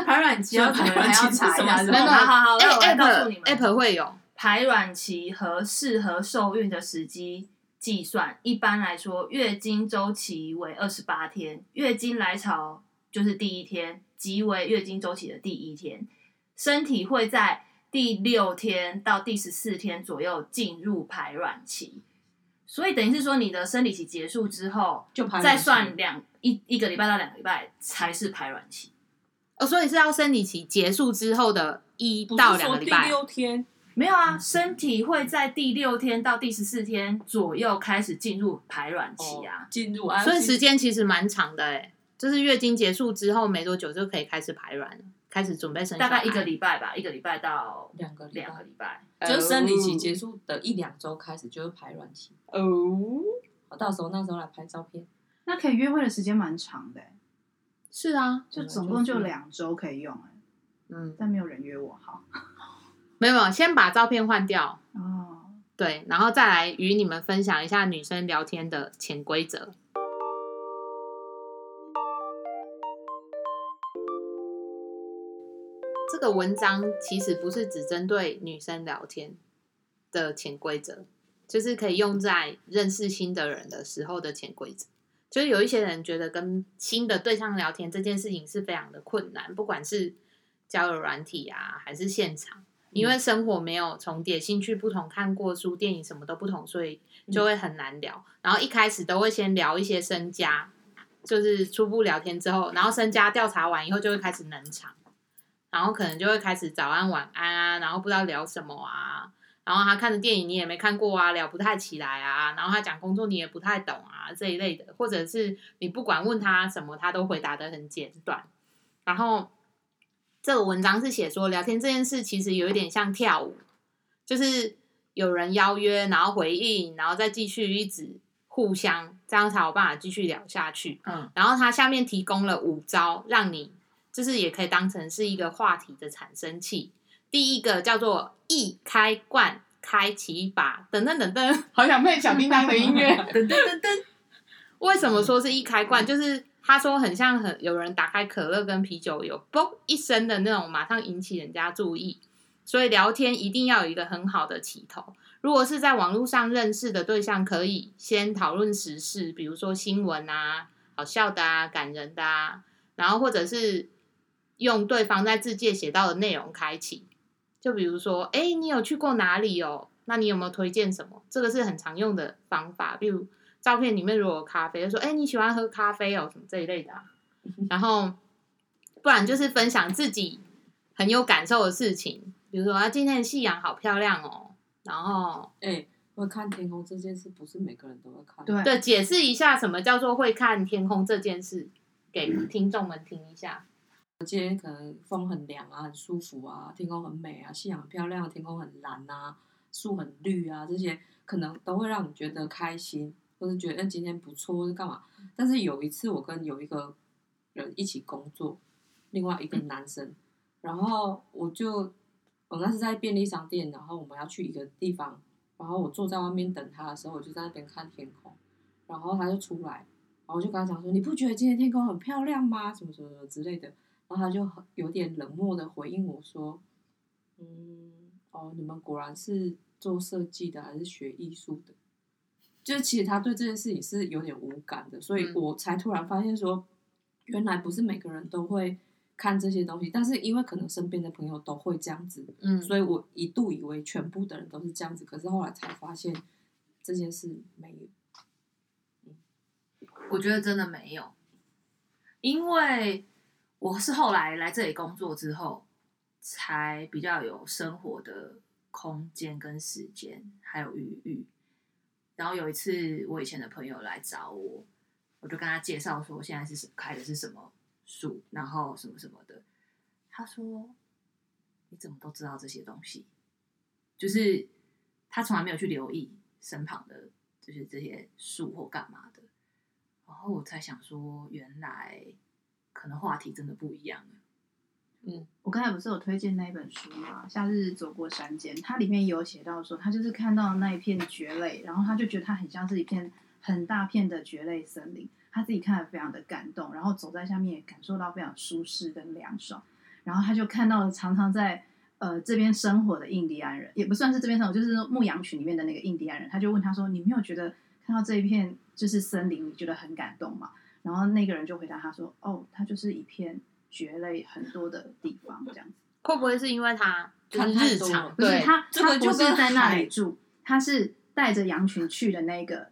F: 排卵期要怎么还要查
D: 排卵
F: 一下
D: 期是什么时候
F: 是
C: 真
F: 吧
C: 的，
B: 好好好
C: 哎
B: 那我来告诉
C: ，app
B: 你们
C: app 会有，
E: 排卵期和适合受孕的时机计算，一般来说，月经周期为二十八天，月经来潮就是第一天，即为月经周期的第一天。身体会在第六天到第十四天左右进入排卵期，所以等于是说，你的生理期结束之后，
D: 就排
E: 再
D: 卵期
E: 算两一一个礼拜到两个礼拜才是排卵期。
C: 哦，所以是要生理期结束之后的一
D: 不是
C: 到两个
D: 说
C: 礼拜
D: 第。六天，
E: 没有啊，身体会在第六天到第十四天左右开始进入排卵期啊。
D: 哦进入安
C: 所以
D: 静
C: 时间其实蛮长的哎、就是月经结束之后没多久就可以开始排卵了，开始准备哦生小
E: 大
C: 孩。
E: 概一个礼拜吧，一个礼拜到
D: 两个礼
E: 两个
D: 拜，
E: 礼拜。
D: 就是生理期结
C: 束
D: 束的一两周开始就是排卵期。
C: 哦，
D: 我到时候那时候来拍照片，
A: 那可以约会的时间蛮长的、
C: 是啊，
A: 就总共就两周可以用、欸，
C: 嗯，
A: 但没有人约我，好
C: 没有，没有先把照片换掉，
A: 哦。
C: 对，然后再来与你们分享一下女生聊天的潜规则。这个文章其实不是只针对女生聊天的潜规则，就是可以用在认识新的人的时候的潜规则。就是有一些人觉得跟新的对象聊天这件事情是非常的困难，不管是交友软体啊，还是现场。因为生活没有重叠，兴趣不同，看过书、电影什么都不同，所以就会很难聊。然后一开始都会先聊一些身家，就是初步聊天之后，然后身家调查完以后就会开始冷场，然后可能就会开始早安、晚安啊，然后不知道聊什么啊，然后他看的电影你也没看过啊，聊不太起来啊，然后他讲工作你也不太懂啊这一类的，或者是你不管问他什么，他都回答的很简短。然后这个文章是写说，聊天这件事其实有一点像跳舞，就是有人邀约，然后回应，然后再继续一直互相，这样才有办法继续聊下去。
E: 嗯，
C: 然后他下面提供了五招，让你就是也可以当成是一个话题的产生器。第一个叫做一开罐开启法，等等等等，好想配小叮当的 音乐。
E: 噔噔噔噔，
C: 为什么说是一开罐？就是他说很像很有人打开可乐跟啤酒有嘣一声的那种，马上引起人家注意。所以聊天一定要有一个很好的起头。如果是在网络上认识的对象，可以先讨论时事，比如说新闻啊、好笑的啊、感人的啊，然后或者是用对方在字界写到的内容开启。就比如说，哎、你有去过哪里哦？那你有没有推荐什么？这个是很常用的方法，比如照片里面如果有咖啡，就说：“哎、你喜欢喝咖啡哦，什么这一类的啊、 然后，不然就是分享自己很有感受的事情，比如说啊，今天的夕阳好漂亮哦。然后，
D: 哎、会看天空这件事不是每个人都会看，
A: 对，
C: 对，解释一下什么叫做会看天空这件事，给听众们听一下。
D: 可能风很凉啊，很舒服啊，天空很美啊，夕阳很漂亮，天空很蓝啊，树很绿啊，这些可能都会让你觉得开心，或是觉得哎、今天不错，或是干嘛。但是有一次我跟有一个人一起工作，另外一个男生，然后我就我那是在便利商店，然后我们要去一个地方，然后我坐在外面等他的时候，我就在那边看天空，然后他就出来。然后我就跟他讲说，你不觉得今天天空很漂亮吗？什么什么什么之类的。然后他就很有点冷漠的回应我说：“嗯，哦，你们果然是做设计的，还是学艺术的？”就其实他对这件事情是有点无感的，所以
C: 嗯
D: 我才突然发现说，原来不是每个人都会看这些东西，但是因为可能身边的朋友都会这样子，
C: 嗯，
D: 所以我一度以为全部的人都是这样子，可是后来才发现这件事没 有。
E: 我觉得真的没有，因为我是后来来这里工作之后，才比较有生活的空间跟时间，还有余裕。然后有一次，我以前的朋友来找我，我就跟他介绍说现在是什开的是什么树，然后什么什么的。他说：“你怎么都知道这些东西？”就是他从来没有去留意身旁的，就是这些树或干嘛的。然后我才想说，原来可能话题真的不一样了。
A: 我刚才不是有推荐那一本书吗？《夏日走过山间》，它里面有写到说，他就是看到那一片蕨类，然后他就觉得它很像是一片很大片的蕨类森林，他自己看得非常的感动，然后走在下面也感受到非常舒适跟凉爽，然后他就看到了常常在呃这边生活的印第安人，也不算是这边生活，就是牧羊群里面的那个印第安人，他就问他说：“你没有觉得看到这一片就是森林，你觉得很感动吗？”然后那个人就回答他说：“哦，它就是一片蕨类很多的地方，这样子。
C: 会不会是因为他就是
D: 看太
C: 日
D: 多
C: 常
D: 了
A: 不是
C: 对
A: 他，
D: 这个
A: 他不
D: 就是跟
A: 在那
D: 海
A: 里住，他是带着羊群去的那个，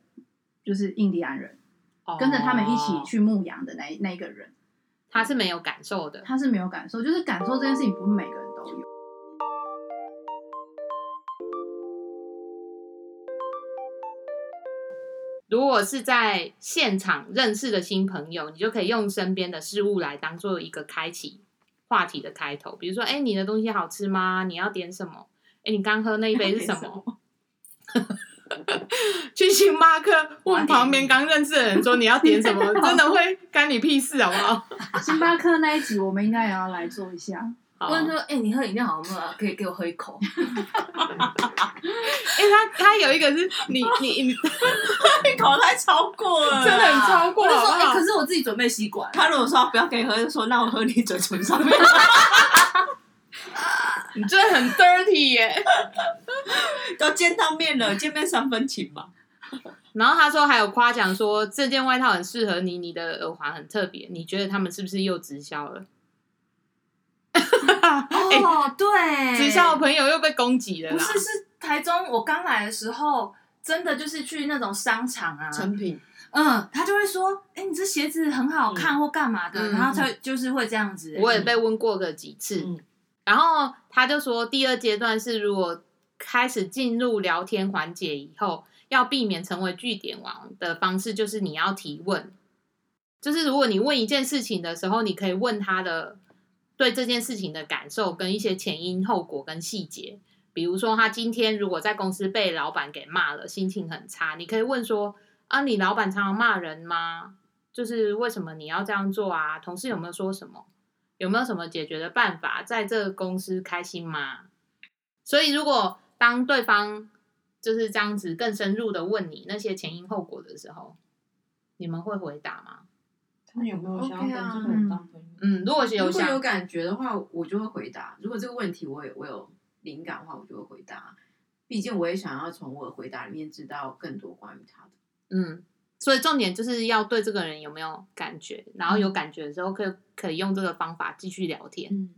A: 就是印第安人，
C: 哦
A: 跟着他们一起，去牧羊的那那一个人，
C: 他是没有感受的。
A: 他是没有感受，就是感受这件事情不是每个人都有。
C: 如果是在现场认识的新朋友，你就可以用身边的事物来当做一个开启话题的开头，比如说，哎、你的东西好吃吗？你要点什么？哎、你刚喝那一杯是什么？ 去星巴克问旁边刚认识的人说你要点什么，真的会干你屁事好不 好？
A: 星巴克那一集我们应该也要来做一下，
C: 好
E: 问说，哎，你喝饮料好不好？可以给我喝一口？
C: 哎、他他有一个是你你你
D: 一口太超过 了，
C: 真的很超过
E: 我 就
C: 好
E: 说，
C: 不
E: 哎，
C: 好
E: 可？是我自己准备吸管。
D: 他如果说不要给你喝，就说那我喝你嘴唇上面。
C: 你真的很 dirty 耶、
D: 都见到面了，见面三分情嘛。
C: 然后他说还有夸奖说这件外套很适合你，你的耳环很特别，你觉得他们是不是又直销了？
E: 哎 哦，对，
C: 直销的朋友又被攻击了
E: 不
C: 啦。
E: 是，是台中，我刚来的时候，真的就是去那种商场啊，
D: 成品，
E: 嗯，他就会说，哎、你这鞋子很好看或干嘛的，
C: 嗯
E: 然后他就是会这样子、
C: 我也被问过个几次。
D: 嗯
C: 然后他就说，第二阶段是如果开始进入聊天环节以后，要避免成为据点王的方式，就是你要提问。就是如果你问一件事情的时候，你可以问他的对这件事情的感受跟一些前因后果跟细节。比如说，他今天如果在公司被老板给骂了，心情很差，你可以问说：“啊，你老板常常骂人吗？就是为什么你要这样做啊？同事有没有说什么？有没有什么解决的办法？在这个公司开心吗？所以，如果当对方就是这样子更深入的问你那些前因后果的时候，你们会回答吗？
D: 他有没有想要跟这个
A: OK 啊
D: 人当朋友？
C: 嗯，如果是有
F: 如果有
C: 想，
F: 感觉的话，我就会回答。如果这个问题我有我有灵感的话，我就会回答。毕竟我也想要从我的回答里面知道更多关于他的。
C: 嗯，所以重点就是要对这个人有没有感觉，然后有感觉的时候可以可以用这个方法继续聊天。
F: 嗯，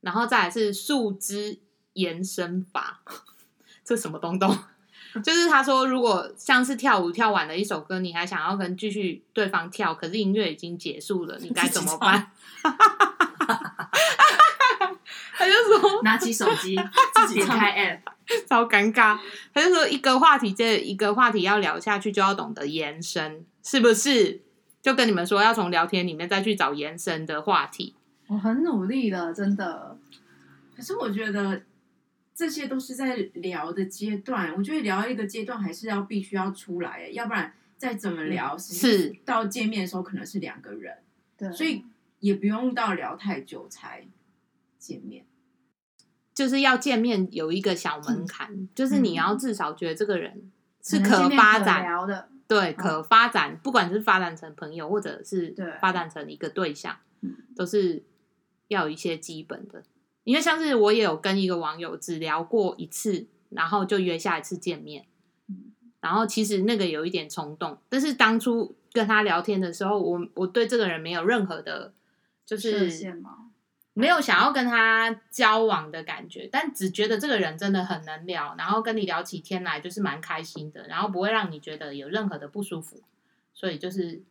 C: 然后再来是树枝延伸法，这什么东 东？就是他说，如果像是跳舞跳完了一首歌，你还想要跟继续对方跳，可是音乐已经结束了，你该怎么办？ 他就说
E: 拿起手机 自己点开 app，
C: 超尴尬，他就说一个话题接着一个话题要聊下去，就要懂得延伸，是不是？就跟你们说，要从聊天里面再去找延伸的话题。
A: 我很努力了，真的。
F: 可是我觉得这些都是在聊的阶段，我觉得聊一个阶段还是要必须要出来，要不然再怎
A: 嗯
F: 么聊，实际
C: 是
F: 到见面的时候可能是两个人，
A: 对，
F: 所以也不用到聊太久才见面。
C: 就是要见面有一个小门槛，就是你要至少觉得这个人是
A: 能
C: 可
A: 今天嗯
C: 发
A: 可
C: 展，
A: 聊的，
C: 对，可发展，不管是发展成朋友，或者是
A: 嗯对
C: 发展成一个对象
A: 嗯，
C: 都是要有一些基本的。因为像是我也有跟一个网友只聊过一次，然后就约下一次见面
A: 嗯，
C: 然后其实那个有一点冲动，但是当初跟他聊天的时候，我我对这个人没有任何的，就
A: 射
C: 是
A: 线吗？
C: 没有想要跟他交往的感觉，但只觉得这个人真的很能聊，然后跟你聊起天来就是蛮开心的，然后不会让你觉得有任何的不舒服，所以就是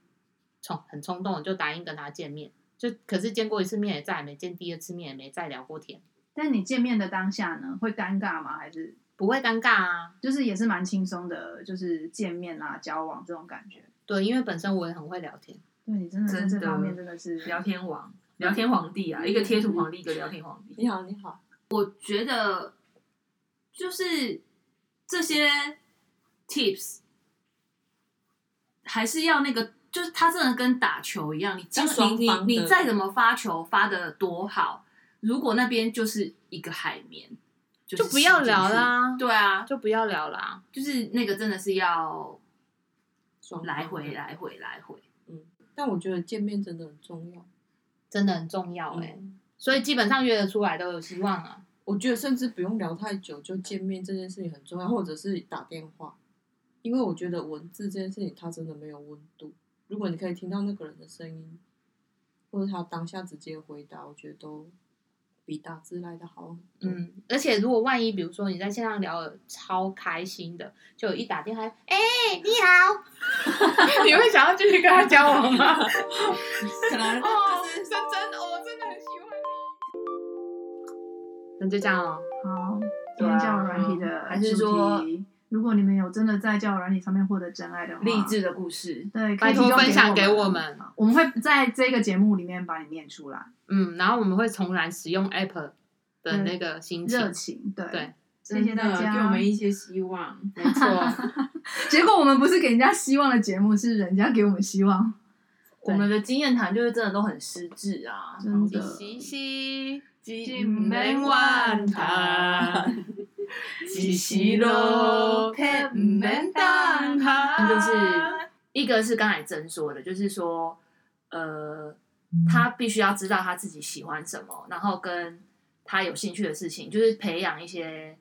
C: 冲很冲动地就答应跟他见面，就可是见过一次面也再也没见第二次面也没再聊过天，
A: 但你见面的当下呢，会尴尬吗？还是
C: 不会尴尬啊，
A: 就是也是蛮轻松的，就是见面啊、交往这种感觉。
C: 对，因为本身我也很会聊天，
A: 对你真的在
E: 真
A: 这
E: 的
A: 方面真的是
E: 聊天王，聊天皇帝啊，一个贴图皇帝，一个聊天皇帝。
D: 你好，你好，
E: 我觉得就是这些 tips 还是要那个，就是它真的跟打球一样，你今
D: 要双
E: 你
D: 方
E: 你
D: 的
E: 你再怎么发球发的多好，如果那边就是一个海绵，就
C: 就是不要
E: 吸进去
C: 聊。啦，
E: 对啊，
C: 就不要聊啦，
E: 就是那个真的是要
D: 双方
E: 来回。来回来回。
D: 但我觉得见面真的很重要。
C: 真的很重要哎、
D: 嗯
C: 所以基本上约得出来都有希望啊，
D: 我觉得甚至不用聊太久就见面这件事情很重要，或者是打电话，因为我觉得文字这件事情它真的没有温度。如果你可以听到那个人的声音，或者他当下直接回答，我觉得都比打字来的好。
C: 嗯，而且如果万一比如说你在线上聊得超开心的，就有一打电话，哎、你好， 你会想要继续跟他交往 吗？哦
D: 可能
C: 是真真，我真的很喜欢你。那就这样哦，
A: 好，今天交友软体的
E: 还是
A: 主
E: 说
A: 题，如果你们有真的在交友软体上面获得真爱的话，
E: 励志的故事。
A: 对，可以
C: 拜托
A: 提供
C: 分享给
A: 我
C: 我
A: 们，
C: 们。
A: 我们会在这个节目里面把你念出来。
C: 嗯，然后我们会重燃使用 app 的那个心嗯情
A: 热。情，对
C: 对，
A: 谢谢大
F: 真的
A: 家。
F: 给我们一些希望。
C: 没 错，
A: 结果我们不是给人家希望的节目，是人家给我们希望。
E: 我们的经验谈就是真的都很失智啊，
A: 真的
C: 一西西，
E: 金
A: 免
C: 怨
E: 叹，
C: 一时落魄不免等
E: 叹。就是一个是刚才真说的，就是说，呃，
D: 嗯
E: 他必须要知道他自己喜欢什么，然后跟他有兴趣的事情，就是培养一些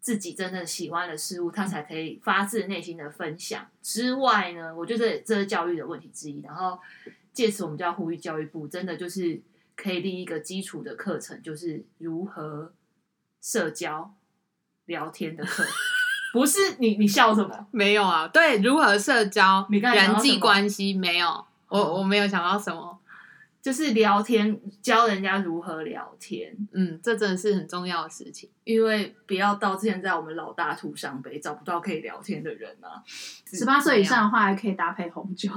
E: 自己真正喜欢的事物，他才可以发自内心的分享。之外呢，我觉得这是教育的问题之一。然后借此，我们就要呼吁教育部，真的就是可以立一个基础的课程，就是如何社交聊天的课。不是你，你笑什么？
C: 没有啊，对，如何社交、
E: 你刚才想
C: 人
E: 到什么
C: 际关系没有，我我没有想到什么。
E: 就是聊天，教人家如何聊天。
C: 嗯，这真的是很重要的事情。
E: 因为不要到现在我们老大徒伤悲，找不到可以聊天的人啊。
A: 十八岁以上的话，还可以搭配红酒。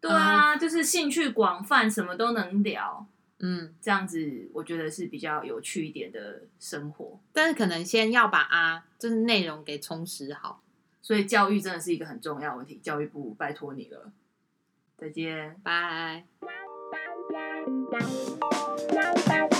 E: 对啊，就是兴趣广泛，什么都能聊，
C: 嗯，
E: 这样子我觉得是比较有趣一点的生活。
C: 但是可能先要把啊，就是内容给充实好。
E: 所以教育真的是一个很重要的问题，教育部拜托你了，再见。
C: 拜。
G: Bye.